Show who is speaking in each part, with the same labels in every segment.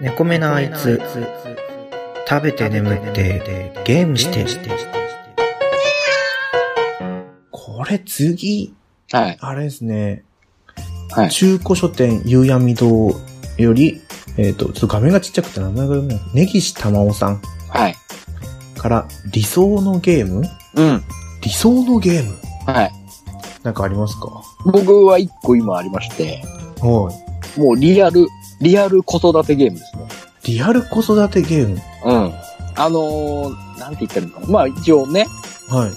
Speaker 1: 猫目なあいつ、食べて眠って、ゲームして。
Speaker 2: これ次、
Speaker 3: はい。
Speaker 2: あれですね。
Speaker 3: はい。
Speaker 2: 中古書店夕闇堂より、えっ、と、ちょっと画面がちっちゃくて名前が読めない。根岸玉緒さん
Speaker 3: はい。
Speaker 2: から理想のゲーム
Speaker 3: うん。
Speaker 2: 理想のゲーム
Speaker 3: はい。
Speaker 2: なんかありますか
Speaker 3: 僕は一個今ありまして、
Speaker 2: はい。
Speaker 3: もうリアル、リアル子育てゲームですね。
Speaker 2: リアル子育てゲーム
Speaker 3: うん。あのー、なんて言ったらいいのかな。まあ一応ね、
Speaker 2: は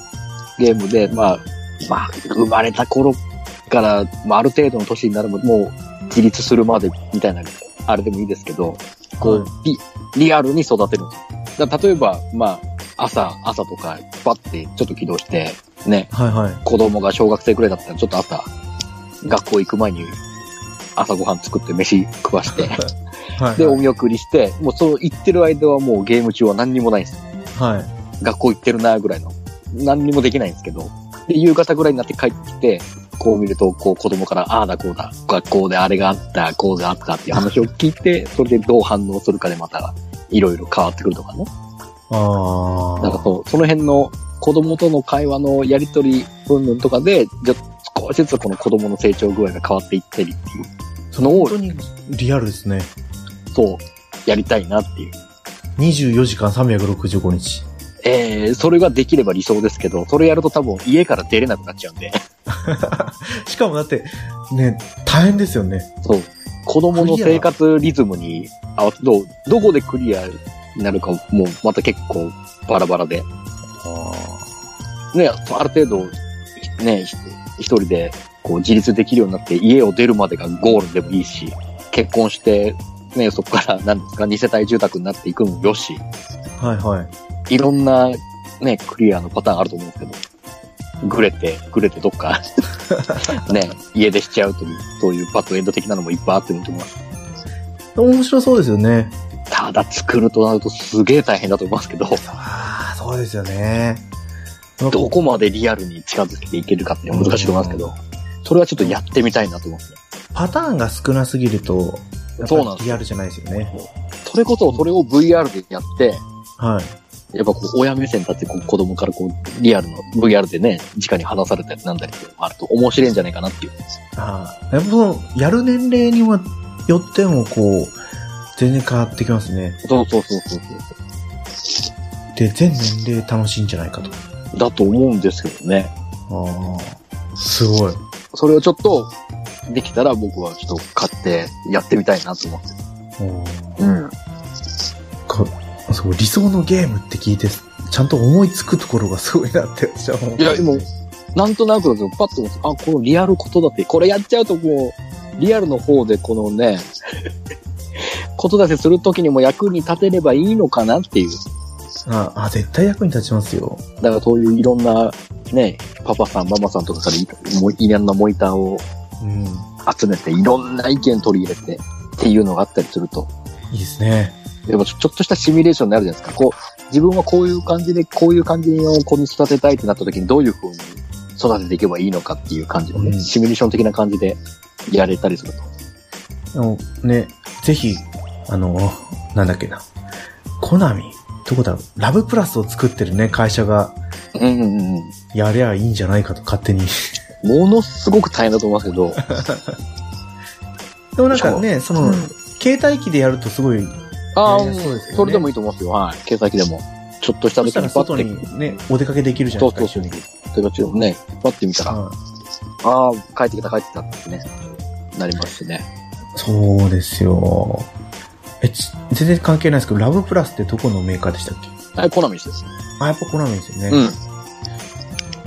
Speaker 2: い。
Speaker 3: ゲームで、まあ、まあ、生まれた頃から、まあ、ある程度の年になるまで、もう、自立するまで、みたいな、あれでもいいですけど、こう
Speaker 2: は、
Speaker 3: リリアルに育てるんですよ。だ例えば、まあ、朝、朝とか、バッてちょっと起動して、ね、
Speaker 2: はいはい。
Speaker 3: 子供が小学生くらいだったら、ちょっと朝、学校行く前に、朝ごはん作って飯食わ して、
Speaker 2: はい。
Speaker 3: で、お見送りして、もうその行ってる間はもうゲーム中は何にもないんですよ
Speaker 2: はい。
Speaker 3: 学校行ってるなぐらいの、何にもできないんですけど、で、夕方ぐらいになって帰ってきて、こう見ると、こう子供から、ああだこうだ、学校であれがあった、こうがあったっていう話を聞いて、それでどう反応するかでまた、いろいろ変わってくるとかね。
Speaker 2: あ
Speaker 3: なんか
Speaker 2: ー。
Speaker 3: そう、その辺の子供との会話のやりとり、うんとかで、じゃ少しずつこの子供の成長具合が変わっていったりっていう、その
Speaker 2: 本
Speaker 3: を
Speaker 2: 当、にリアルですね。
Speaker 3: そう、やりたいなっていう。
Speaker 2: 24時間365日。
Speaker 3: えー、それができれば理想ですけど、それやると多分家から出れなくなっちゃうんで。
Speaker 2: しかもだって、ね、大変ですよね。
Speaker 3: そう。子供の生活リズムに合わせ、どう、どこでクリアになるかもうまた結構バラバラで。ね、ある程度、ね、ひ一人でこう自立できるようになって家を出るまでがゴールでもいいし、結婚して、ね、そこから何ですか、二世帯住宅になっていくのもよし、
Speaker 2: はいはい。
Speaker 3: いろんなね、クリアのパターンあると思うんですけど、ぐれて、ぐれてどっか、 ね、家出しちゃうという、そういうバッドエンド的なのもいっぱいあってもいいと思います。
Speaker 2: 面白そうですよね。
Speaker 3: ただ作るとなるとすげえ大変だと思いますけど、
Speaker 2: ああ、そうですよね。
Speaker 3: どこまでリアルに近づけていけるかっていうのは難しいと思いますけど、それはちょっとやってみたいなと思って。
Speaker 2: パターンが少なすぎると、やっぱ
Speaker 3: そうな
Speaker 2: り
Speaker 3: んです
Speaker 2: リアルじゃないですよね。
Speaker 3: それこそそれを VR でやって、
Speaker 2: はい。
Speaker 3: やっぱこう親目線立ってこう子供からこうリアルの VR でね、直に話されたりなんだりっていうのもあると面白いんじゃないかなっていう。
Speaker 2: ああ、やっぱその、やる年齢にはよってもこう、全然変わってきますね。
Speaker 3: そうそうそうそう
Speaker 2: で、全年齢楽しいんじゃないかと。
Speaker 3: そう。だと思うんですけどね。
Speaker 2: ああ、すごい。
Speaker 3: それをちょっとできたら僕はちょっと買ってやってみたいなと思って。
Speaker 2: うん
Speaker 3: うん。
Speaker 2: かそう、理想のゲームって聞いて、ちゃんと思いつくところがすごいなって私は思う。
Speaker 3: いや、でも、なんとなくだと、パッと思って、あ、このリアル子育て、これやっちゃうともう、リアルの方でこのね、 子育てするときにも役に立てればいいのかなっていう。
Speaker 2: ああ、絶対役に立ちますよ。
Speaker 3: だからそういういろんな、ね、パパさん、ママさんとかからいもういろんなモニターを
Speaker 2: うん。
Speaker 3: 集めて、いろんな意見取り入れて、っていうのがあったりすると。
Speaker 2: いいですね。
Speaker 3: でもちょちょっとしたシミュレーションになるじゃないですか。こう、自分はこういう感じで、こういう感じの子に育てたいってなった時にどういう風に育てていけばいいのかっていう感じのね、
Speaker 2: うん
Speaker 3: シミュレーション的な感じでやれたりすると。
Speaker 2: あのね、ぜひ、あの、なんだっけな。コナミ、どこだろう。ラブプラスを作ってるね、会社が
Speaker 3: うんうんうん。
Speaker 2: やりゃいいんじゃないかと勝 手に。
Speaker 3: ものすごく大変だと思いますけ ど、
Speaker 2: でもなんかね、その、
Speaker 3: うん
Speaker 2: 携帯機でやるとすごい、
Speaker 3: ああ、
Speaker 2: ね
Speaker 3: うん
Speaker 2: そうですよね
Speaker 3: それでもいいと思いますよ。はい。毛先でも。ちょっとした
Speaker 2: そ
Speaker 3: 時
Speaker 2: したら
Speaker 3: にパッ
Speaker 2: 外
Speaker 3: て、
Speaker 2: にね、お出かけできるじゃな
Speaker 3: そ
Speaker 2: いう
Speaker 3: そう
Speaker 2: ですか、一緒に。。
Speaker 3: そうそれがちょっとね、パッて見たら、
Speaker 2: うん
Speaker 3: ああ、帰ってきた帰ってきたってね、なりますしね。
Speaker 2: そうですよ。え、ち全然関係ないですけど、ラブプラスってどこのメーカーでしたっけ
Speaker 3: はい、好みです。
Speaker 2: あ、やっぱコナミですよね。
Speaker 3: うん。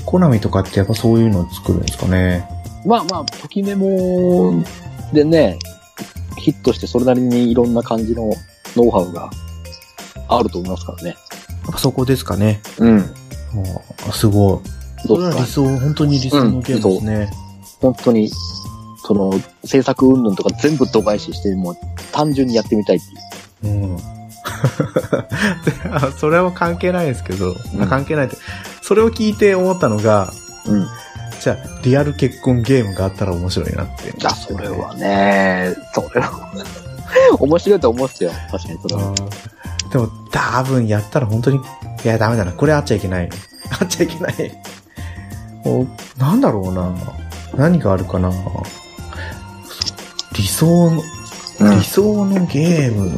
Speaker 2: コナミとかってやっぱそういうのを作るんですかね。
Speaker 3: まあまあ、ときメモでね、ヒットしてそれなりにいろんな感じのノウハウがあると思いますからね。
Speaker 2: やっぱそこですかね。
Speaker 3: うん。
Speaker 2: あすごい。
Speaker 3: ど
Speaker 2: これ
Speaker 3: う
Speaker 2: は
Speaker 3: で
Speaker 2: 理
Speaker 3: すか
Speaker 2: 想、本当に理想のゲームですね。
Speaker 3: 本当に、その、制作云々とか全部度外視して、もう単純にやってみたいっていう。
Speaker 2: うん。 あそれは関係ないですけど、あ
Speaker 3: うん
Speaker 2: 関係ないって。それを聞いて思ったのが、
Speaker 3: うん。
Speaker 2: じゃあ、リアル結婚ゲームがあったら面白いなって。
Speaker 3: あ、それはね、それは、 面白いと思うんですよ。確かに、それは。
Speaker 2: でも、多分やったら本当に、いや、ダメだな。これあっちゃいけない。あっちゃいけない。お、なんだろうな。何があるかな。理想の、理想のゲーム。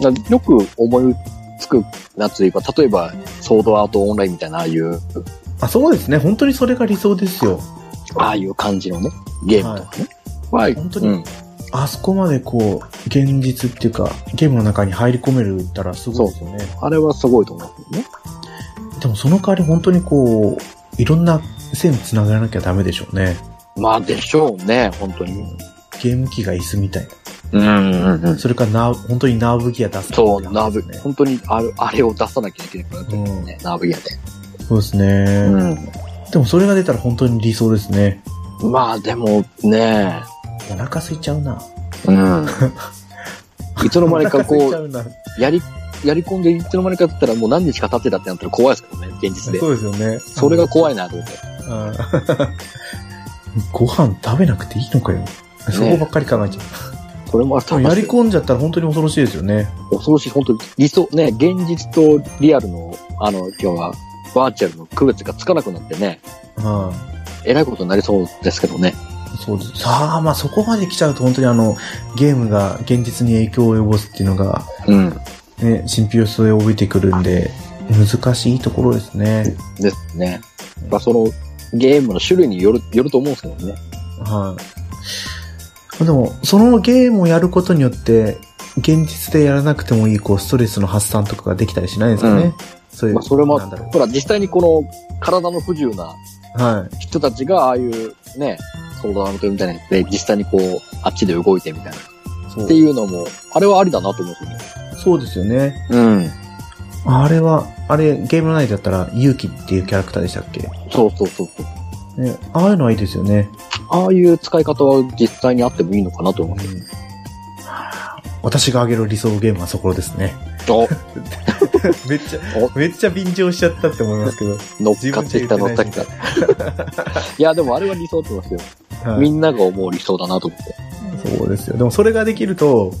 Speaker 3: なよく思いつくなというか、例えば、ソードアートオンラインみたいな、ああいう、
Speaker 2: あ、そうですね。本当にそれが理想ですよ。
Speaker 3: ああいう感じのね、ゲームとかね。はい。
Speaker 2: 本当に
Speaker 3: うん
Speaker 2: あそこまでこう、現実っていうか、ゲームの中に入り込めるったらすごいですよね。
Speaker 3: あれはすごいと思うんですよね。
Speaker 2: でもその代わり本当にこう、いろんな線繋がらなきゃダメでしょうね。
Speaker 3: まあ、でしょうね、本当に。
Speaker 2: ゲーム機が椅子みたい
Speaker 3: うんうんう
Speaker 2: な。。それかナー、本当にナーブギア出すか
Speaker 3: そう、
Speaker 2: って
Speaker 3: ナ
Speaker 2: 話
Speaker 3: ー
Speaker 2: です
Speaker 3: ブ
Speaker 2: ね、
Speaker 3: 本当にあれあれを出さなきゃいけないからね、
Speaker 2: うん
Speaker 3: ナーブギアで。
Speaker 2: そうですね、でもそれが出たら本当に理想ですね。
Speaker 3: うん。まあ、でもね、
Speaker 2: お腹空いちゃうな。
Speaker 3: うん。いつの間にか
Speaker 2: お腹空いちゃ
Speaker 3: こ
Speaker 2: うな。
Speaker 3: う、やり、やり込んでいつの間にかだったらもう何日か経ってたってなったら怖いですけどね、現実で。
Speaker 2: そうですよね。
Speaker 3: それが
Speaker 2: い。
Speaker 3: 怖いなと思って。
Speaker 2: うん ご飯食べなくていいのかよ。そこばっかり考えちゃう。
Speaker 3: これも
Speaker 2: 多分やり込んじゃったら本当に恐ろしいですよね。
Speaker 3: 恐ろしい、本当に理想、ね、現実とリアルの、あの、今日は、バーチャルの区別がつかなくなってね、
Speaker 2: は
Speaker 3: えらいことになりそうですけどね。
Speaker 2: い。そうです。さあ、まあそこまで来ちゃうと本当にあの、ゲームが現実に影響を及ぼすっていうのが、
Speaker 3: うん。
Speaker 2: ね、信憑性を帯びてくるんで、難しいところですね。
Speaker 3: ですね。まあ、その、ゲームの種類による、よると思うんですけどね。
Speaker 2: はい。でも、そのゲームをやることによって、現実でやらなくてもいい、こう、ストレスの発散とかができたりしないですかね。
Speaker 3: うん
Speaker 2: そういう、
Speaker 3: まあ、それも、
Speaker 2: なんだろ
Speaker 3: ほら、実際にこの、体の不自由な
Speaker 2: う。は
Speaker 3: 人たちが、ああいう、ね、相談のとみたいなやつで、実際にこう、あっちで動いてみたいな。っ
Speaker 2: い。そう
Speaker 3: ていうのも、あれはありだなと思うんですよね。
Speaker 2: そうですよね。
Speaker 3: うん。
Speaker 2: あれは、あれ、ゲーム内だったら、勇気っていうキャラクターでしたっけ
Speaker 3: そうそうそうそう。
Speaker 2: ね、ああいうのはいいですよね。
Speaker 3: ああいう使い方は実際にあってもいいのかなと思う。
Speaker 2: 私が挙げる理想ゲームはそこですね。
Speaker 3: お
Speaker 2: めっちゃ
Speaker 3: お、
Speaker 2: めっちゃ便乗しちゃったって思いますけど。
Speaker 3: 乗っかってきた、乗っかってきた。 いや、でもあれは理想って言いますよ。
Speaker 2: はい
Speaker 3: みんなが思う理想だなと思って。
Speaker 2: そうですよ。でもそれができると、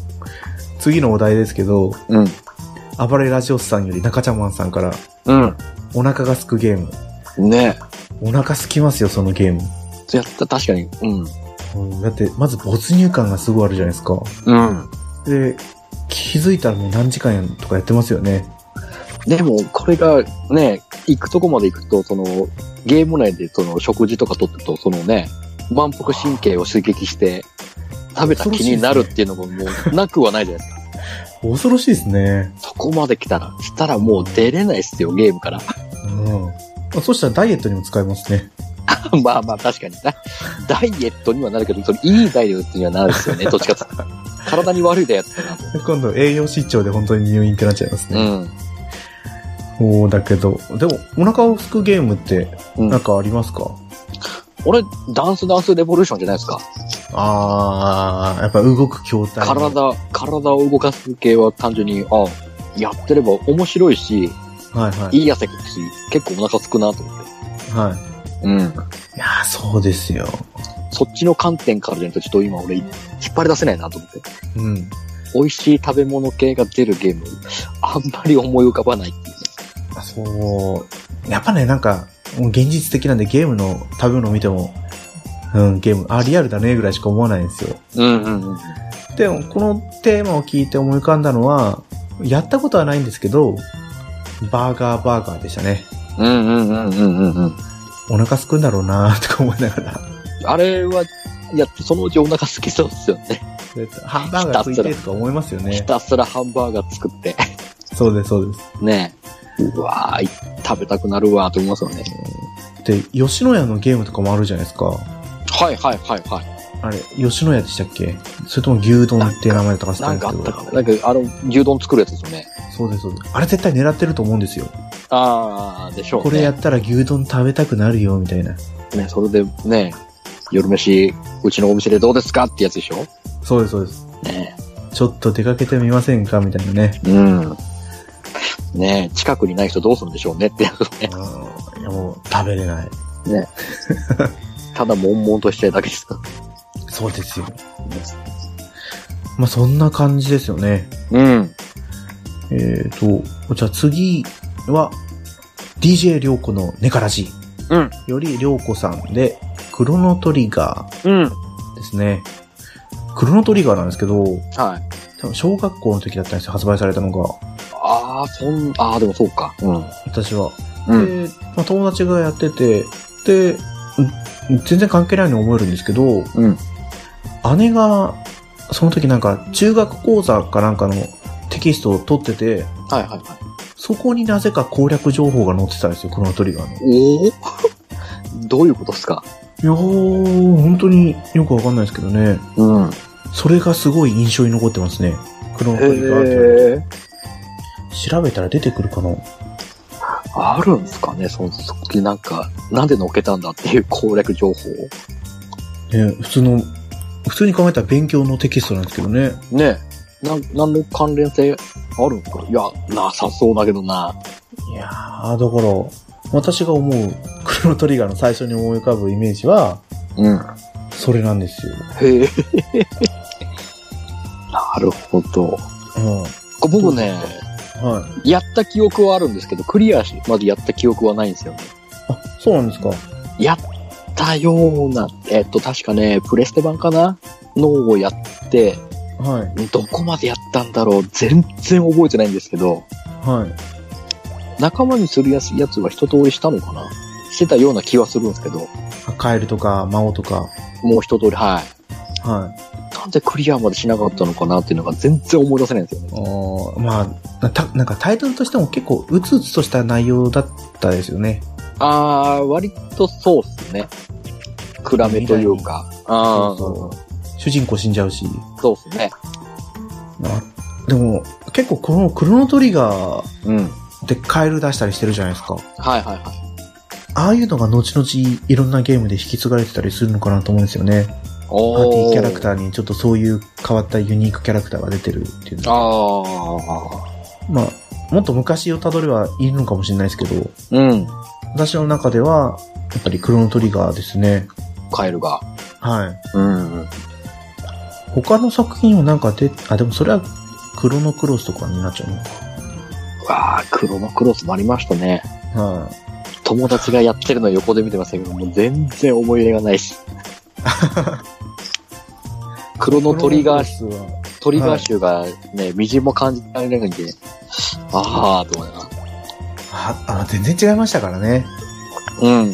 Speaker 2: 次のお題ですけど、
Speaker 3: うん。
Speaker 2: 暴れラジオスさんより中ちゃんマンさんから、お腹がすくゲーム。
Speaker 3: うん。ね
Speaker 2: お腹すきますよ、そのゲーム。
Speaker 3: え。やった、確かに。うん。
Speaker 2: うんだって、まず没入感がすごいあるじゃないですか。
Speaker 3: うん。
Speaker 2: で、気づいたらもう何時間とかやってますよね。
Speaker 3: でも、これが、ね行くとこまで行くと、その、ゲーム内で、その、食事とか取ってると、そのね、満腹神経を刺激して、食べた気になるっていうのも、もう、なくはないじゃないですか。
Speaker 2: 恐ろしいですね。
Speaker 3: そこまで来たら、したらもう出れないっすよ、ゲームから。
Speaker 2: うん。あそしたらダイエットにも使えますね。
Speaker 3: まあまあ確かにな。ダイエットにはなるけど、それいいダイエットにはなるですよね、どっちかっていうと体に悪いダイエットだなと。
Speaker 2: 今度栄養失調で本当に入院ってなっちゃいますね。
Speaker 3: ん。
Speaker 2: そうだけど、でも、お腹をすくゲームって、
Speaker 3: うん
Speaker 2: なんかありますか、
Speaker 3: 俺、ダンスダンスレボリューションじゃないですか。
Speaker 2: あー、やっぱ動く筐体。
Speaker 3: 体、体を動かす系は単純に、あやってれば面白いし、
Speaker 2: はいはい。
Speaker 3: いい汗かくし、結構お腹すくなと思って。
Speaker 2: はい。
Speaker 3: うん。
Speaker 2: いやー、そうですよ。
Speaker 3: そっちの観点からじゃないと、ちょっと今俺、引っ張り出せないなと思って。
Speaker 2: うん。
Speaker 3: 美味しい食べ物系が出るゲーム、あんまり思い浮かばないっていうね。
Speaker 2: そう。やっぱね、なんか、もう現実的なんでゲームの食べ物を見ても、うん、ゲーム、あ、リアルだね、ぐらいしか思わないんですよ。
Speaker 3: うんうんうん。
Speaker 2: でも、このテーマを聞いて思い浮かんだのは、やったことはないんですけど、バーガーバーガーでしたね。
Speaker 3: うんうんうんうんうんうん。
Speaker 2: お腹すくんだろうなとか思いながら。
Speaker 3: あれは、いや、そのうちお腹空きそうですよね。
Speaker 2: ハンバーガーついてとか思いますよ
Speaker 3: ひ
Speaker 2: ね。
Speaker 3: たすらハンバーガー作って。
Speaker 2: そうです、そうです。
Speaker 3: ねうわーい食べたくなるわーと思いますよね。
Speaker 2: で、吉野家のゲームとかもあるじゃないですか。
Speaker 3: はいはいはいはい。
Speaker 2: あれ、吉野家でしたっけそれとも牛丼って名前とかした
Speaker 3: なん
Speaker 2: んで
Speaker 3: か
Speaker 2: すけど。
Speaker 3: あったかな。なんか、あの、牛丼作るやつですよね。
Speaker 2: そうです、そうです。あれ絶対狙ってると思うんですよ。
Speaker 3: あー、でしょうね。
Speaker 2: これやったら牛丼食べたくなるよ、みたいな。
Speaker 3: ね、それでね、夜飯、うちのお店でどうですかってやつでしょ
Speaker 2: そうです、そうです。
Speaker 3: ね
Speaker 2: ちょっと出かけてみませんかみたいなね。
Speaker 3: うん。ね近くにない人どうするんでしょうねってやつ ね。
Speaker 2: うんいや、もう食べれない。
Speaker 3: ただ悶々としちゃうだけですか
Speaker 2: そうですよ。まあ、そんな感じですよね。
Speaker 3: うん。
Speaker 2: えっ、と、じゃあ次は、DJ 涼子のネカラジ。
Speaker 3: うん。
Speaker 2: より涼子さんで、クロノトリガ
Speaker 3: うん。
Speaker 2: ーですね。クロノトリガーなんですけど、
Speaker 3: はい。
Speaker 2: 多分小学校の時だったんですよ、発売されたのが。
Speaker 3: ああ、そん、ああ、でもそうか。うん。
Speaker 2: 私は。
Speaker 3: うん。
Speaker 2: で、まあ、友達がやってて、で、うん全然関係ないように思えるんですけど、
Speaker 3: うん。
Speaker 2: 姉が、その時なんか中学講座かなんかのテキストを取ってて、
Speaker 3: はいはいはい。
Speaker 2: そこになぜか攻略情報が載ってたんですよ、クロノトリガーの。
Speaker 3: おお どういうことですか
Speaker 2: いやー、本当によくわかんないですけどね。
Speaker 3: うん。
Speaker 2: それがすごい印象に残ってますね。クロノトリガーって。
Speaker 3: へえ。
Speaker 2: 調べたら出てくるかな
Speaker 3: あるんですかねその時なんか、なんでのけたんだっていう攻略情報
Speaker 2: ね、普通の、普通に考えたら勉強のテキストなんですけどね。
Speaker 3: ねえ。な、なんの関連性あるんですかいや、なさそうだけどな。
Speaker 2: いやー、だから、私が思う、クロノトリガーの最初に思い浮かぶイメージは、
Speaker 3: うん。
Speaker 2: それなんですよ。
Speaker 3: へえ。 なるほど。
Speaker 2: う
Speaker 3: これ僕ね、
Speaker 2: ん。はい。
Speaker 3: やった記憶はあるんですけど、クリアしまでやった記憶はないんですよね。
Speaker 2: あ、そうなんですか。
Speaker 3: やったような、えっと、確かね、プレステ版かなのをやって、
Speaker 2: はい。
Speaker 3: どこまでやったんだろう全然覚えてないんですけど、
Speaker 2: はい。
Speaker 3: 仲間にするやつやつは一通りしたのかなしてたような気はするんですけど、
Speaker 2: カエルとか、魔王とか。
Speaker 3: もう一通り、はい。
Speaker 2: はい。
Speaker 3: なんでクリアまでしなかったのかなっていうのが全然思い出せないんですよね。
Speaker 2: おーまあ、た、なんかタイトルとしても結構うつうつとした内容だったですよね。
Speaker 3: あー、割とそうっすね。暗めというか。あー、
Speaker 2: そうそう主人公死んじゃうし。
Speaker 3: そうっすね。
Speaker 2: あでも、結構このクロノトリガー
Speaker 3: うん。はい
Speaker 2: でカエル出したりしてるじゃないですか。
Speaker 3: はいはい。
Speaker 2: ああいうのが後々いろんなゲームで引き継がれてたりするのかなと思うんですよね。パーティーキャラク
Speaker 3: ー。
Speaker 2: ターにちょっとそういう変わったユニークキャラクターが出てるっていうの。
Speaker 3: あ
Speaker 2: まあ、もっと昔をたどればいるのかもしれないですけど、
Speaker 3: ー。うん。
Speaker 2: 私の中では、やっぱりクロノトリガーですね。
Speaker 3: カエルが。
Speaker 2: はい。
Speaker 3: うん。
Speaker 2: 他の作品はなんか出、あ、でもそれはクロノクロスとかになっちゃうの
Speaker 3: わあ、クロノクロスもありましたね。
Speaker 2: か。はい。
Speaker 3: 友達がやってるの横で見てましたけど、もう全然思い入れがない し。クロノトリガー、
Speaker 2: スは。
Speaker 3: トリガー集がね、みじんも感じられないんで、ああ、と思います。
Speaker 2: あ、あ全然違いましたからね。
Speaker 3: うん。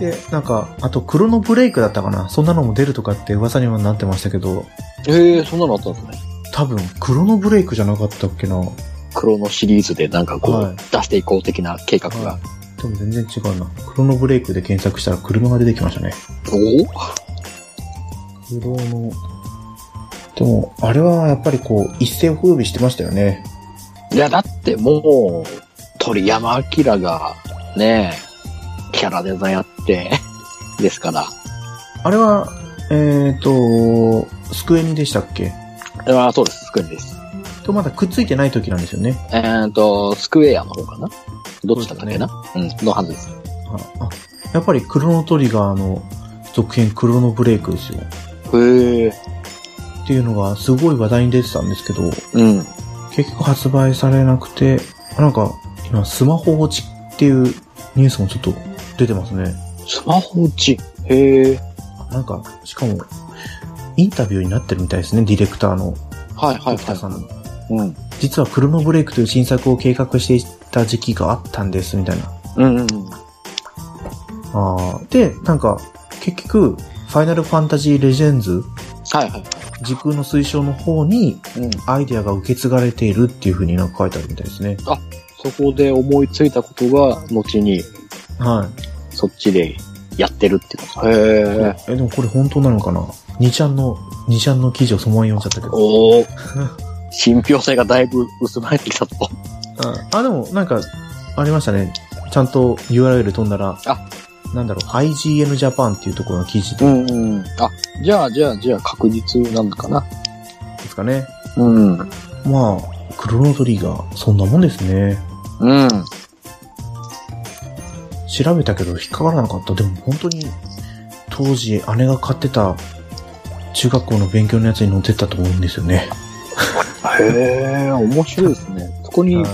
Speaker 2: で、なんか、あとクロノブレイクだったかな。そんなのも出るとかって噂にはなってましたけど、
Speaker 3: ええそんなのあったんですね。
Speaker 2: 多分クロノブレイクじゃなかったっけな。は
Speaker 3: クロノシリーズでなんかこう、
Speaker 2: はい
Speaker 3: 出していこう的な計画
Speaker 2: い
Speaker 3: が。。
Speaker 2: でも全然違うな。クロノブレイクで検索したら車が出てきましたね。
Speaker 3: お
Speaker 2: クロノ。でも、あれはやっぱりこう、一世を風靡してましたよね。
Speaker 3: おいや、だってもう、鳥山明が、ね、キャラデザインやって、ですから。
Speaker 2: あれは、えっ、ー、と、スクエニでしたっけ
Speaker 3: ああ、そうです、スクエニです。
Speaker 2: とまだくっついてない時なんですよね。
Speaker 3: えー、と、スクエアの方かなどっちだったっけなう,、ん、のはずです。
Speaker 2: ああやっぱりクロノトリガーの続編クロノブレイクですよ。
Speaker 3: へえ。
Speaker 2: っていうのがすごい話題に出てたんですけど、
Speaker 3: うん。
Speaker 2: 結局発売されなくて、なんか今スマホ落ちっていうニュースもちょっと出てますね。
Speaker 3: スマホ打ち。へえ。
Speaker 2: なんか、しかも、インタビューになってるみたいですね、ディレクターの
Speaker 3: はいはい
Speaker 2: 沖田さんの。
Speaker 3: い。うん。
Speaker 2: 実はクロノブレイクという新作を計画していた時期があったんです、みたいな。
Speaker 3: うんうん
Speaker 2: あーで、なんか、結局、ファイナルファンタジーレジェンズ
Speaker 3: はいは
Speaker 2: 時空の推奨の方に
Speaker 3: い。うん。
Speaker 2: アイデアが受け継がれているっていう風になんか書いてあるみたいですね。
Speaker 3: そこで思いついたことが、後に、
Speaker 2: はい。
Speaker 3: そっちでやってるってこと。へえ。
Speaker 2: え、でもこれ本当なのかな ?2 ちゃんの、2ちゃんの記事をそのまま読んじゃったけど。
Speaker 3: おお。 信憑性がだいぶ薄まれてきたと。
Speaker 2: ああ、でもなんか、ありましたね。ちゃんと URL 飛んだら、
Speaker 3: あ
Speaker 2: なんだろう、IGN Japan っていうところの記事で
Speaker 3: んうん。あ、じゃあじゃあじゃあ確実なんかな。
Speaker 2: すかね。
Speaker 3: うん。うん。
Speaker 2: まあ、クロノトリガー、そんなもんですね。調べたけど引っかからなかった。でも本当に、当時姉が買ってた中学校の勉強のやつに載ってたと思うんですよね。
Speaker 3: へえ、面白いですね。そこに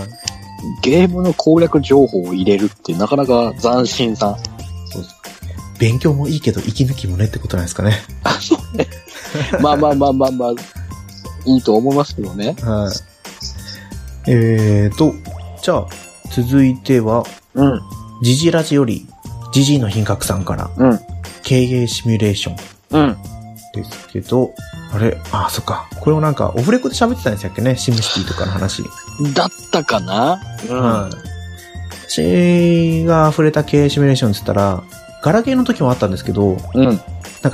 Speaker 3: ゲームの攻略情報を入れるってなかなか斬新 さ。
Speaker 2: 勉強もいいけど、息抜きもねってことなんですかね。
Speaker 3: あ、そうね。まあまあまあまあまあ、いいと思いますけどね。
Speaker 2: はい。えーと、じゃあ、続いては、
Speaker 3: うん。
Speaker 2: ジジラジより、ジジイの品格さんから、
Speaker 3: うん。
Speaker 2: 経営シミュレーション
Speaker 3: うん。
Speaker 2: ですけど、あれあ、そっか。これをなんか、オフレコで喋ってたんでしたっけねシムシティとかの話。
Speaker 3: だったかな
Speaker 2: はい。私が触れた経営シミュレーションって言ったら、ガラケーの時もあったんですけど、
Speaker 3: うん。うん。
Speaker 2: なんか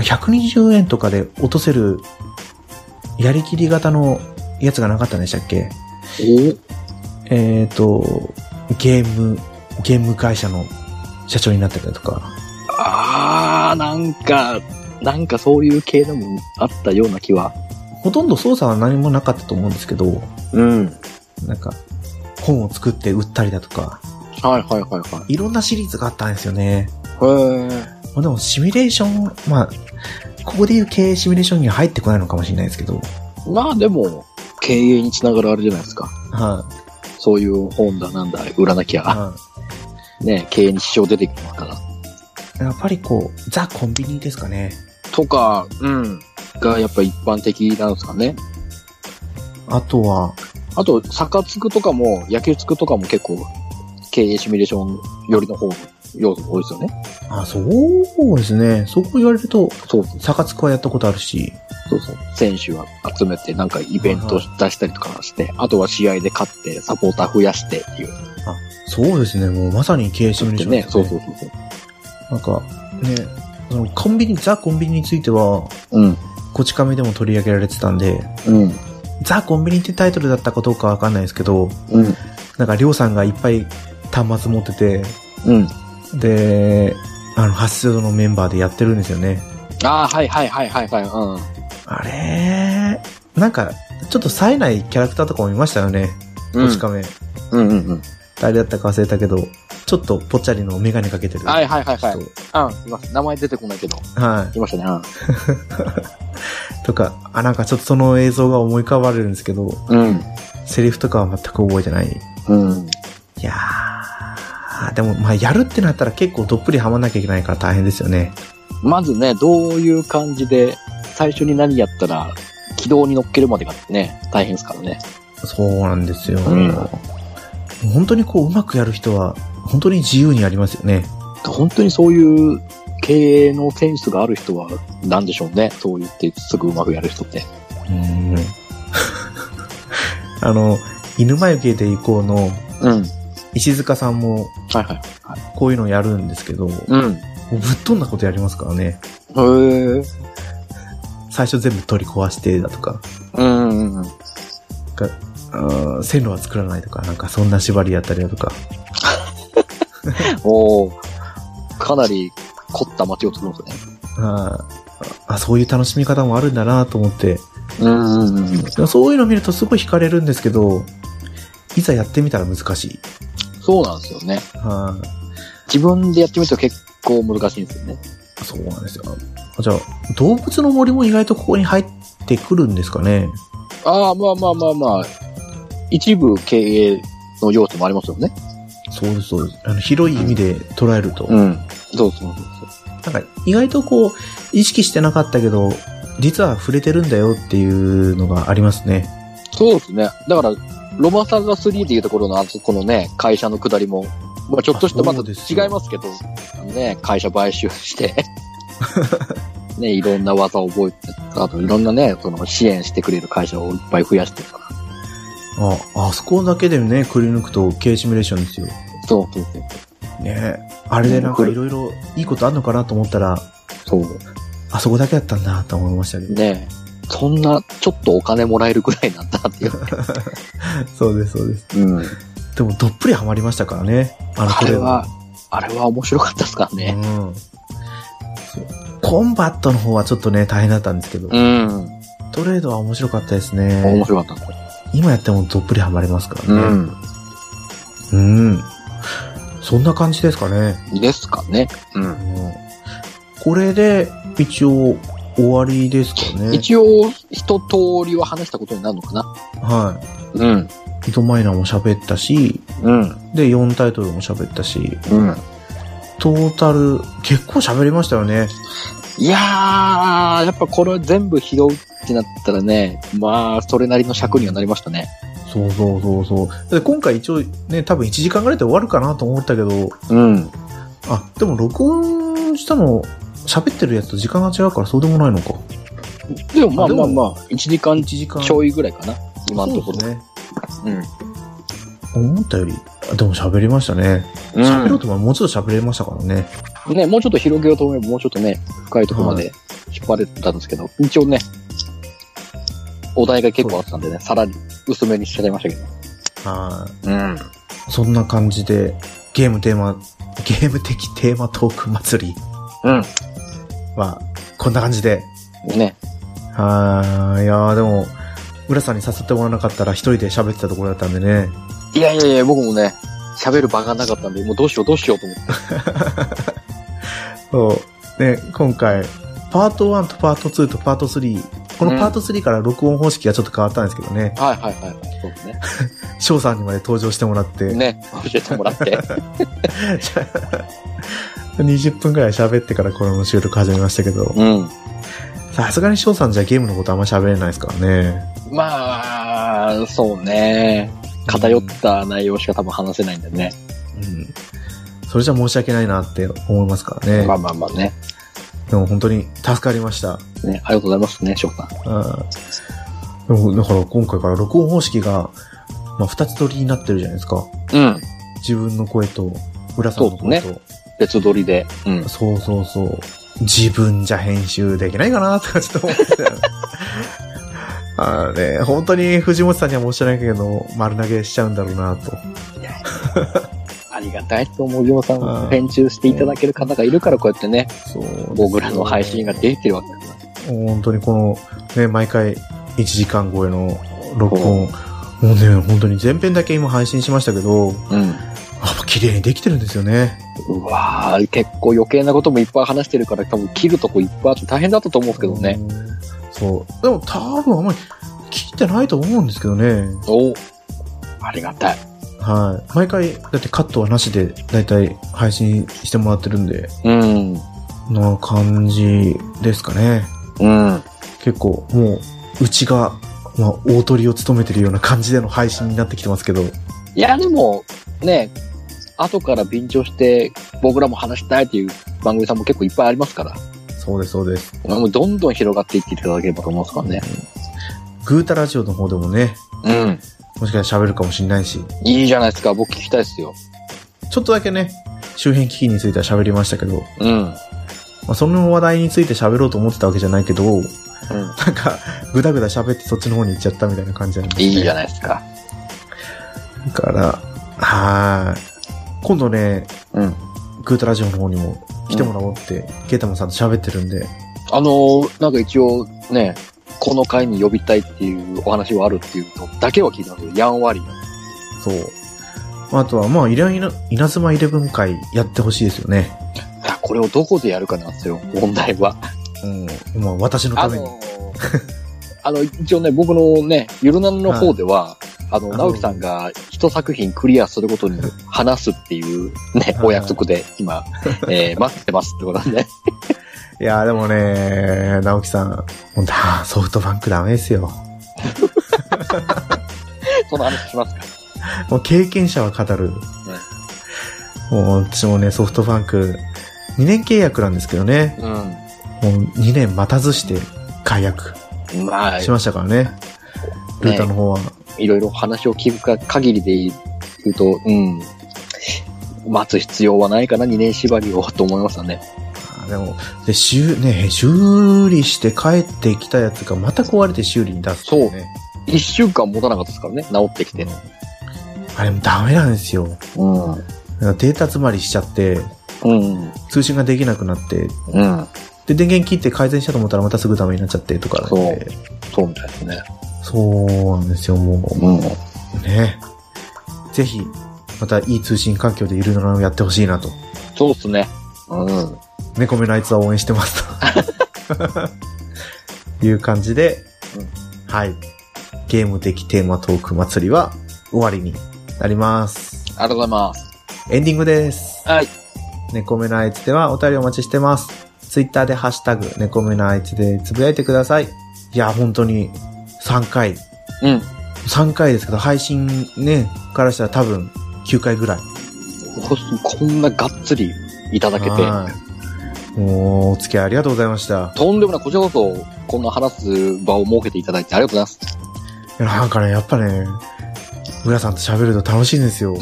Speaker 2: 120円とかで落とせる、やりきり型のやつがなかったんでしたっけえっ、と、ゲーム、ゲーム会社の社長になってたりとか。
Speaker 3: おあー、なんか、なんかそういう系のもあったような気は。
Speaker 2: ほとんど操作は何もなかったと思うんですけど、
Speaker 3: うん。
Speaker 2: なんか、本を作って売ったりだとか、
Speaker 3: はいはいはいはい。
Speaker 2: いろんなシリーズがあったんですよね。
Speaker 3: へえ。
Speaker 2: まあでも、シミュレーション、まあ、ここでいう経営シミュレーションには入ってこないのかもしれないですけど、はい、
Speaker 3: まあでも、経営につながるあれじゃないですか。そういう本だなんだ、売らなきゃ。
Speaker 2: は
Speaker 3: ね、経営に支障出てきますから。
Speaker 2: いやっぱりこう、ザ・コンビニですかね。
Speaker 3: とか、うん。がやっぱ一般的なんですかね。
Speaker 2: あとは、
Speaker 3: あと、サカツクとかも、野球つくとかも結構、経営シミュレーション寄りの方の要素が多いですよね。
Speaker 2: あ、そうですね。そう言われると、
Speaker 3: そうそう
Speaker 2: サカツクはやったことあるし、
Speaker 3: そうそう。選手は集めて、なんかイベント出したりとかして、あとは試合で勝って、サポーター増やしてっていう。
Speaker 2: そうですね。もうまさに経営シミュレーション
Speaker 3: ね、
Speaker 2: です
Speaker 3: そうそうそうそう。
Speaker 2: なんか、ね、そのコンビニ、ザ・コンビニについては、
Speaker 3: うん。
Speaker 2: こち亀でも取り上げられてたんで、
Speaker 3: うん。
Speaker 2: ザ・コンビニってタイトルだったかどうかわかんないですけど、
Speaker 3: うん。
Speaker 2: なんか、りょうさんがいっぱい端末持ってて、
Speaker 3: うん。
Speaker 2: で、あの、ハッスルのメンバーでやってるんですよね。
Speaker 3: ああ、はいはいはいはいはい。うん。
Speaker 2: あれー、なんか、ちょっと冴えないキャラクターとかもいましたよね。こち亀。
Speaker 3: うんうんうん。
Speaker 2: 誰だったか忘れたけど、ちょっとぽっちゃりのメガネかけてる。
Speaker 3: はいはいはいはい。うん、
Speaker 2: 人
Speaker 3: います。名前出てこないけど。
Speaker 2: はい
Speaker 3: ましたね。
Speaker 2: とか、あ、なんかちょっとその映像が思い浮かばれるんですけど、
Speaker 3: うん。
Speaker 2: セリフとかは全く覚えてない。
Speaker 3: うん。
Speaker 2: いやー、でも、まあ、やるってなったら結構どっぷりハマんなきゃいけないから大変ですよね。
Speaker 3: まずね、どういう感じで、最初に何やったら、軌道に乗っけるまでがね、大変ですからね。
Speaker 2: そうなんですよ。
Speaker 3: うん
Speaker 2: 本当にこう、うまくやる人は、本当に自由にやりますよね。
Speaker 3: 本当にそういう経営のセンスがある人は、なんでしょうね。そう言ってすぐうまくやる人って。
Speaker 2: うん。 あの、犬眉毛で行こうの、
Speaker 3: うん。
Speaker 2: 石塚さんも、
Speaker 3: はいはい。
Speaker 2: こういうのやるんですけど、も
Speaker 3: うん。
Speaker 2: うぶっ飛んだことやりますからね。
Speaker 3: へえ。
Speaker 2: 最初全部取り壊してだとか、
Speaker 3: うんうんうん。
Speaker 2: あー線路は作らないとか、なんかそんな縛りやったりだとか。
Speaker 3: おお。かなり凝った街を作るんですね。
Speaker 2: あーあ、そういう楽しみ方もあるんだなと思って。
Speaker 3: うんうんうん。
Speaker 2: でもそういうの見るとすごい惹かれるんですけど、いざやってみたら難しい。
Speaker 3: そうなんですよね。
Speaker 2: はい
Speaker 3: 自分でやってみると結構難しいんですよね。
Speaker 2: そうなんですよ。じゃあ、動物の森も意外とここに入ってくるんですかね。
Speaker 3: ああ、まあまあまあまあ、一部経営の要素もありますよね。
Speaker 2: そうです、そうです。あの広い意味で捉えると。
Speaker 3: ん。そうそうそう
Speaker 2: なんか、意外とこう、意識してなかったけど、実は触れてるんだよっていうのがありますね。
Speaker 3: そう。そうですね。だから、ロマサガ3でいうところの、あそこのね、会社の下りも、まあちょっとしたまた
Speaker 2: そうですよ
Speaker 3: 違いますけど、ね、会社買収 して、ね、いろんな技を覚えて、あといろんなね、その支援してくれる会社をいっぱい増やしてるから。
Speaker 2: あ、あそこだけでね、くり抜くと、経営シミュレーションですよ。
Speaker 3: そうそうそう。
Speaker 2: ねあれでなんかいろいろいいことあんのかなと思ったら、
Speaker 3: そう。
Speaker 2: あそこだけだったんだと思いましたけど。
Speaker 3: ねそんな、ちょっとお金もらえるぐらいなんだっていう。
Speaker 2: そうです、そうです。
Speaker 3: うん。
Speaker 2: でも、どっぷりハマりましたからね。あの
Speaker 3: あ
Speaker 2: トレ
Speaker 3: れ
Speaker 2: ーナー
Speaker 3: は、あれは面白かったですからね。
Speaker 2: うんそうコンバットの方はちょっとね、大変だったんですけど、
Speaker 3: うん。
Speaker 2: トレードは面白かったです
Speaker 3: 面
Speaker 2: ね。
Speaker 3: 白かったね。
Speaker 2: 今やってもどっぷりハマれますからね。うん。そんな感じですかね。
Speaker 3: ですかね。うん。
Speaker 2: うんこれで、一応、終わりですかね。
Speaker 3: 一応、一通りは話したことになるのかな
Speaker 2: は
Speaker 3: うん。
Speaker 2: い。糸マイナーも喋ったし、
Speaker 3: うん。
Speaker 2: で、4タイトルも喋ったし、
Speaker 3: うん。
Speaker 2: トータル、結構喋りましたよね。
Speaker 3: いやー、やっぱこれ全部拾うってなったらね、まあ、それなりの尺にはなりましたね。
Speaker 2: そうそうそうそう。で、今回一応ね、多分1時間ぐらいで終わるかなと思ったけど、
Speaker 3: うん。
Speaker 2: あ、でも録音したの、喋ってるやつと時間が違うからそうでもないのか。
Speaker 3: でもまあ
Speaker 2: で
Speaker 3: ま
Speaker 2: も
Speaker 3: あまあ、1時間
Speaker 2: 1時間。
Speaker 3: ちょいぐらいかな、今のとこ
Speaker 2: そう
Speaker 3: ろ。
Speaker 2: ですね。
Speaker 3: うん。
Speaker 2: 思ったより、あでも喋りましたね。喋ろうと思えばもうちょっと喋れましたからね。
Speaker 3: ね、もうちょっと広げようと思えば、もうちょっとね、深いところまで引っ張れたんですけど、一応ね、お題が結構あったんでね、さらに薄めにしちゃいましたけど。
Speaker 2: は
Speaker 3: うん。
Speaker 2: い。そんな感じで、ゲームテーマ、ゲーム的テーマトーク祭り
Speaker 3: う
Speaker 2: は、こんな感じで。
Speaker 3: ん。ね。
Speaker 2: はーい。いやーでも、浦さんに誘ってもらわなかったら一人で喋ってたところだったんでね。
Speaker 3: いやいやいや、僕もね、喋る場がなかったんで、もうどうしようどうしようと思って。
Speaker 2: そう。ね、今回、パート1とパート2とパート3。このパート3から録音方式がちょっと変わったんですけどね。
Speaker 3: はいはいはいはい。そうですね。
Speaker 2: 翔さんにまで登場してもら って。
Speaker 3: ね、教えてもらって。
Speaker 2: 20分くらい喋ってからこの収録始めましたけど。
Speaker 3: うん。
Speaker 2: さすがに翔さんじゃゲームのことあんま喋れないですからね。
Speaker 3: まあ、そうね。偏った内容しか多分話せないんでね。
Speaker 2: うん。それじゃ申し訳ないなって思いますからね。
Speaker 3: まあまあまあね。
Speaker 2: でも本当に助かりました。
Speaker 3: ね、ありがとうございますね、翔さん。
Speaker 2: うん。でもだから今回から録音方式が、まあ、二つ取りになってるじゃないですか。
Speaker 3: うん。
Speaker 2: 自分の声と、浦さんの声と。
Speaker 3: そう別撮りで。うん。
Speaker 2: そうそうそう。自分じゃ編集できないかなとかちょっと思 ってたよね。あのね、本当に藤本さんには申し訳ないけど、丸投げしちゃうんだろうなと。
Speaker 3: ありがたいと思う、りょうさん
Speaker 2: う
Speaker 3: を
Speaker 2: ん
Speaker 3: 編集していただける方がいるから、こうやってね、
Speaker 2: そう。
Speaker 3: 僕らの配信ができてるわけだか
Speaker 2: 本当にこの、ね、毎回1時間超えの録音。もうね、本当に前編だけ今配信しましたけど、
Speaker 3: ら。うん。
Speaker 2: やっぱ綺麗にできてるんですよね。
Speaker 3: うわー、結構余計なこともいっぱい話してるから、多分切るとこいっぱいあって大変だったと思うんですけどね。
Speaker 2: うん。そう。でも多分あんまり聞いてないと思うんですけどね。
Speaker 3: おありがたい。
Speaker 2: はい。毎回、だってカットはなしで、だいたい配信してもらってるんで、
Speaker 3: うん。
Speaker 2: の感じですかね。
Speaker 3: うん。
Speaker 2: 結構、もう、うちが、まあ、大鳥を務めてるような感じでの配信になってきてますけど、
Speaker 3: いや、でも、ね、後から便乗して、僕らも話したいっていう番組さんも結構いっぱいありますから、
Speaker 2: そうです、そうです。
Speaker 3: もうどんどん広がっていっていただければと思うんですからね。
Speaker 2: グータラジオの方でもね、
Speaker 3: うん。
Speaker 2: もしかしたら喋るかもしれないし、
Speaker 3: いいじゃないですか、僕聞きたいですよ。
Speaker 2: ちょっとだけね、周辺機器については喋りましたけど、
Speaker 3: うん。
Speaker 2: まあ、その話題について喋ろうと思ってたわけじゃないけど、
Speaker 3: うん。
Speaker 2: なんか、ぐだぐだ喋ってそっちの方に行っちゃったみたいな感じなんですね
Speaker 3: いいじゃないですか。
Speaker 2: だから、はーい。今度ね、
Speaker 3: うん。
Speaker 2: グータラジオの方にも来てもらおうって、ケータマンさんと喋ってるんで、
Speaker 3: あのーなんか一応ね、この回に呼びたいっていうお話はあるっていうのだけは聞いたんですけど、やんわり。
Speaker 2: そう。まああとは、まあ、いらいな、稲妻イレブン会やってほしいですよね。
Speaker 3: さあ、これをどこでやるかなんですよ、問題 は。
Speaker 2: うん。まあ、私の
Speaker 3: あ
Speaker 2: ために。
Speaker 3: のー あの、一応ね、僕のね、ゆるなの方では、あの、
Speaker 2: あのー
Speaker 3: 直樹さんが一作品クリアすることに話すっていうね、
Speaker 2: はい
Speaker 3: お約束で今、えー待ってますってことなん で。
Speaker 2: いやーでもね、直樹さん、ほんと、あーソフトバンクダメですよ。
Speaker 3: その話しますか。
Speaker 2: もう経験者は語る。もう、私もね、ソフトバンク、2年契約なんですけどね、
Speaker 3: う
Speaker 2: もう2年待たずして解約
Speaker 3: ん。まあ、
Speaker 2: しましたからね。ルータの方は。
Speaker 3: いろいろ話を聞くか限りで言うと、うん。待つ必要はないかな、2年縛りを、と思いましたね。
Speaker 2: あでも、で、修、ね、修理して帰ってきたやつがまた壊れて修理に出すっていね。
Speaker 3: 1週間持たなかったですからね、治ってきて。
Speaker 2: あれもダメなんですよ。
Speaker 3: うん。
Speaker 2: なんかデータ詰まりしちゃって、
Speaker 3: うん。
Speaker 2: 通信ができなくなって、
Speaker 3: うん。
Speaker 2: で、電源切って改善したと思ったらまたすぐダメになっちゃってとかなんで。
Speaker 3: そうみたいですね。
Speaker 2: そうなんですよ、も
Speaker 3: うん。
Speaker 2: う。ね。ぜひ、またいい通信環境でいるのをやってほしいなと。
Speaker 3: そうっすね。うん。
Speaker 2: 猫目のあいつは応援してますと。 いう感じで、
Speaker 3: うん
Speaker 2: はい。ゲーム的テーマトーク祭りは終わりになります。
Speaker 3: ありがとうございます。
Speaker 2: エンディングです。
Speaker 3: はい。
Speaker 2: 猫目のあいつではお便りお待ちしてます。ツイッターでハッシュタグ、猫目のあいつでつぶやいてください。いや、本当に3回、
Speaker 3: うん。
Speaker 2: 3回ですけど、配信ね、からしたら多分9回ぐらい。
Speaker 3: ここんながっつりいただけて、
Speaker 2: はいもう、お付き合いありがとうございました。
Speaker 3: とんでもない、こちらこそ、こんな話す場を設けていただいてありがとうござ
Speaker 2: い
Speaker 3: い
Speaker 2: やなんかね、やっぱね、浦さんと喋ると楽しいんです よ。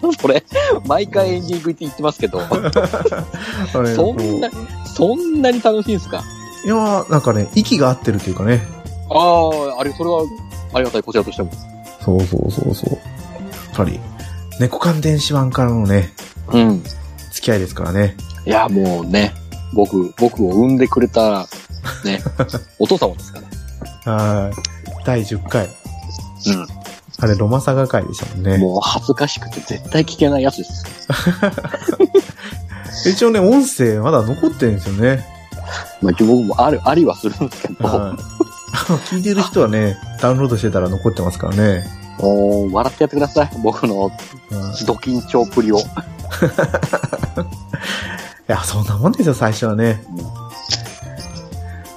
Speaker 3: ます。 これ、毎回エンディングって言ってますけ ど、
Speaker 2: あれ
Speaker 3: そんな
Speaker 2: こ
Speaker 3: そんなに楽しいんですか
Speaker 2: ういやなんかね、息が合ってるというかね。
Speaker 3: ああ、あれ、それは、ありがたい、こちらとしても。
Speaker 2: そうそうそうそう。やっぱり、猫缶電子版からのね、
Speaker 3: うん。
Speaker 2: 付き合いですからね。
Speaker 3: いや、もうね、僕、僕を産んでくれた、 ね、お父様ですから。
Speaker 2: はい。第10回。
Speaker 3: う
Speaker 2: あれ、ロマサガ会でしたもんね
Speaker 3: ん。。もう恥ずかしくて絶対聞けないやつです。
Speaker 2: 一応ね、音声まだ残ってるんですよね。
Speaker 3: まあ、僕もある、ありはするんですけど、
Speaker 2: はい。 聞いてる人はね、ダウンロードしてたら残ってますからね。
Speaker 3: もう、笑ってやってください。僕の
Speaker 2: はい
Speaker 3: ド緊張っぷりを。
Speaker 2: いや、そんなもんですよ、最初はね。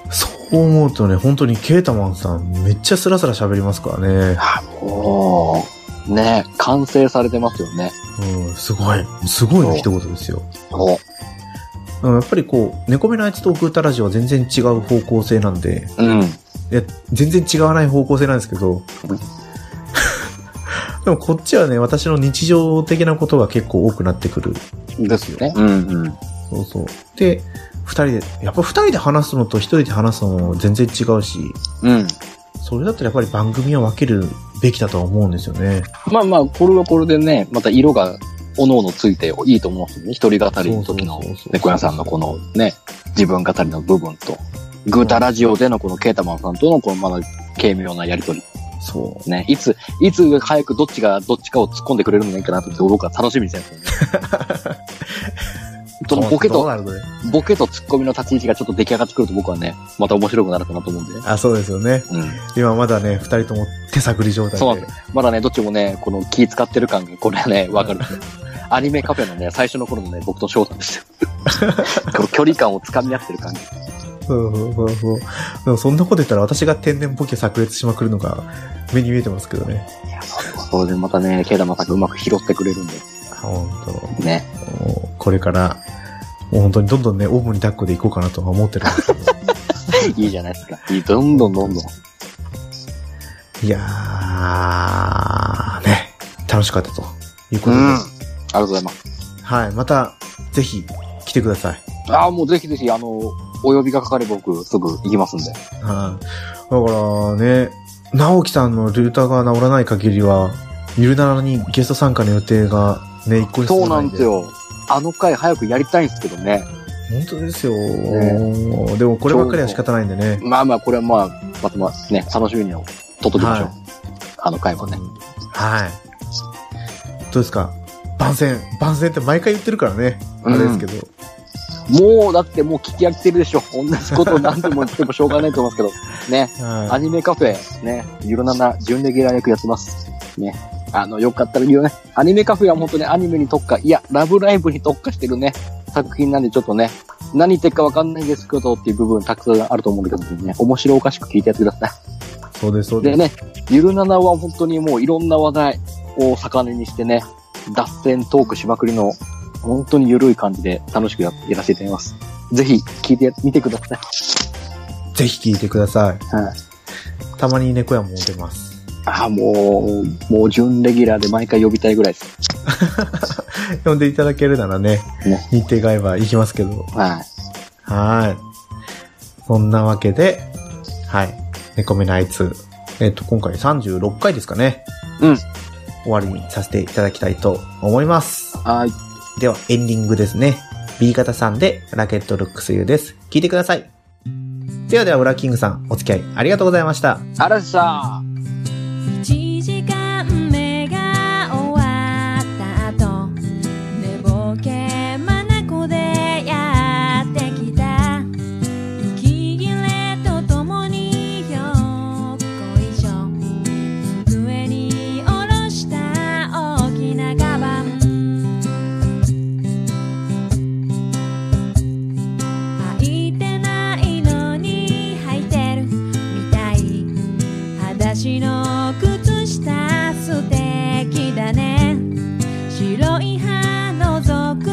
Speaker 2: そう思うとね、本当にケータマンさん、めっちゃスラスラ喋りますからね。
Speaker 3: もう、ね、完成されてますよね。
Speaker 2: うん、すごい。すごいの一言ですよ。
Speaker 3: も
Speaker 2: うんやっぱりこう、猫目のあいつとグータラジオは全然違う方向性なんで、
Speaker 3: う、うん。
Speaker 2: いや、全然違わない方向性なんですけど
Speaker 3: うん、
Speaker 2: でもこっちはね、私の日常的なことが結構多くなってくる。
Speaker 3: ですよね。うんうん。
Speaker 2: そうそう。で、二人で、やっぱ二人で話すのと一人で話すのも全然違うし、
Speaker 3: うん。
Speaker 2: それだったらやっぱり番組は分けるべきだとは思うんですよね。
Speaker 3: まあまあ、これはこれでね、また色が、おのおのついていいと思うんですよね。一人語りの時の
Speaker 2: そうそうそうそう
Speaker 3: 猫屋さんのこのね、自分語りの部分と、グータラジオでのこのケータマンさんとのこのまだ軽妙なやりとり
Speaker 2: そ
Speaker 3: ね。いつ、いつ早くどっちがどっちかを突っ込んでくれるのがいいかなと思って僕は楽しみにしてるんですよ ね。そのボケ
Speaker 2: どう
Speaker 3: と、
Speaker 2: なるのね
Speaker 3: ボケとツッコミの立ち位置がちょっと出来上がってくると僕はね、また面白くなるかなと思うんでね。
Speaker 2: あ、そうですよね。
Speaker 3: うん。
Speaker 2: 今まだね、二人とも手探り状態で。
Speaker 3: そうまだね、どっちもね、この気使ってる感が、これはね、わかるんですよ。アニメカフェのね、最初の頃のね、僕と翔太ですよ。 この距離感をつかみ合ってる感じ。
Speaker 2: そうそうそうそう。でもそんなこと言ったら私が天然ボケ炸裂しまくるのが目に見えてますけどね。
Speaker 3: いや、それはそれでまたね、ケイダマさんがうまく拾ってくれるんで、
Speaker 2: 本当
Speaker 3: ね。
Speaker 2: もうこれから、もう本当にどんどんね、オーブンに抱っこでいこうかなとは思ってるんですけ ど。
Speaker 3: いいじゃないですか。いい、どんどんどんどん。
Speaker 2: いやー、ね、楽しかったということで。
Speaker 3: ありがとうございます。
Speaker 2: はい、また、ぜひ、来てください。
Speaker 3: ああ、もうぜひぜひ、あの、お呼びがかかれば僕、すぐ行きますんで。
Speaker 2: はい。だからね、直樹さんのルーターが治らない限りは、ゆるならにゲスト参加の予定がね、一個に
Speaker 3: そう
Speaker 2: 進ま
Speaker 3: ないん
Speaker 2: で
Speaker 3: です。よ。あの回早くやりたいんですけどね。
Speaker 2: 本当ですよ、でもこればっかりは仕方ないんでね。
Speaker 3: まあまあ、これはまあ、またまあね、楽しみに取っときましょう。
Speaker 2: はい
Speaker 3: あの回はね。
Speaker 2: はい。どうですか番宣。番宣って毎回言ってるからね。あ
Speaker 3: うん
Speaker 2: れですけど。
Speaker 3: もう、だってもう聞き飽きてるでしょ。同じことを何度も言ってもしょうがないと思いますけど。ね。ア
Speaker 2: は
Speaker 3: ニメカフェ、ね。ゆるなな、準レギュラー役やってます。ね。あの、よかったら言うね。アニメカフェは本当にアニメに特化、いや、ラブライブに特化してるね、作品なんでちょっとね、何言ってるかわかんないですけどっていう部分たくさんあると思うんだけどね、面白おかしく聞いてやってくださ
Speaker 2: い。
Speaker 3: い。
Speaker 2: そうです、そうで。
Speaker 3: ですね、ゆるななは本当にもういろんな話題を魚にしてね、脱線トークしまくりの、本当にゆるい感じで楽しくややらせていただきます。ぜひ聞いてみてください。
Speaker 2: ぜひ聞いてください。
Speaker 3: はい
Speaker 2: たまに猫屋も出ます。
Speaker 3: ああ、もう、もう準レギュラーで毎回呼びたいぐらいです。
Speaker 2: 呼んでいただけるならね、
Speaker 3: ね
Speaker 2: 日程が合えば行きますけど。
Speaker 3: はい。
Speaker 2: はい。そんなわけで、はい。猫目のあいつ。えっと、今回36回ですかね。
Speaker 3: うん。
Speaker 2: 終わりにさせていただきたいと思います。
Speaker 3: はい。
Speaker 2: では、エンディングですね。B 型さんで、ラケットルックスユーです。聞いてください。ではでは、ウラキングさん、お付き合いありがとうございました。
Speaker 3: あらさ
Speaker 4: 1時間目が終わった後寝ぼけまなこでやってきた息切れとともに私の靴下素敵だね白い歯のぞく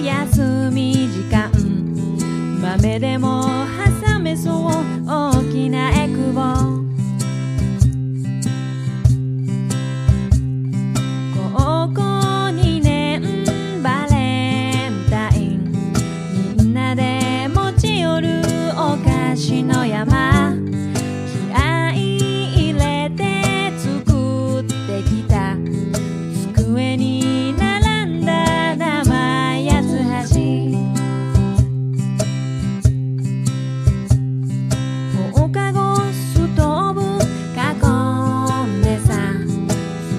Speaker 4: 休み時間豆でも挟めそう大きなエクボ高校2年バレンタインみんなで持ち寄るお菓子の山気合い入れて作ってきた机に並んだ生八つ橋放課後ストーブ囲んでさ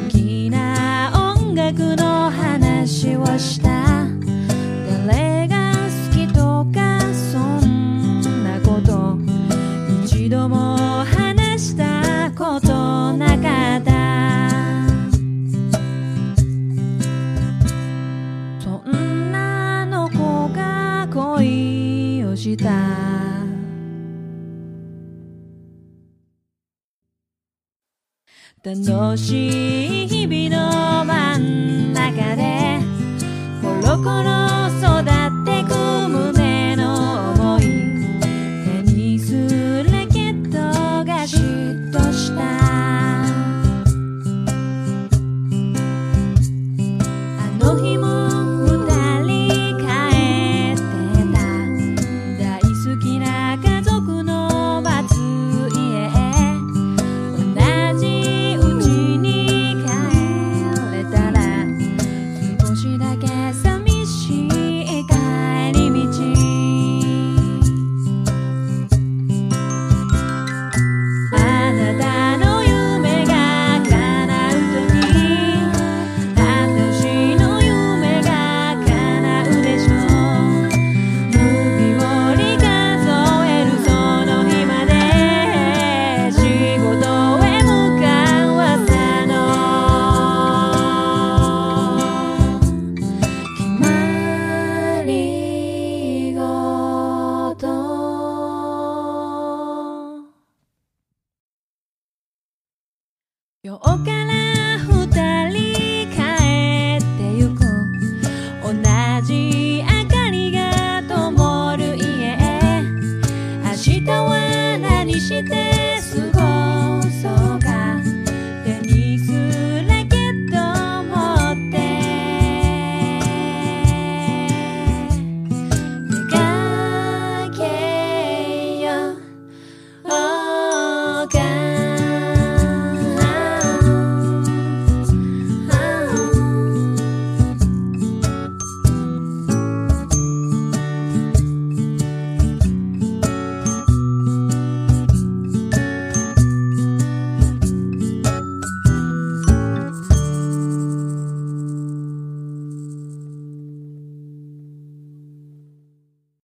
Speaker 4: 好きな音楽の話をした誰が好きとかそんなこと一度も話したことなかったそんなの子が恋をした楽しい日々の真ん中でコロコロ育ってく胸の思い手にするラケットが嫉妬したあの日も二人帰ってた大好きな家族の松家へ同じうちに帰れたら少しだけ寂しい帰り道あなたの夢が叶うとき私の夢が叶うでしょう指折り数えるその日まで仕事へ向かう朝の決まり事今日から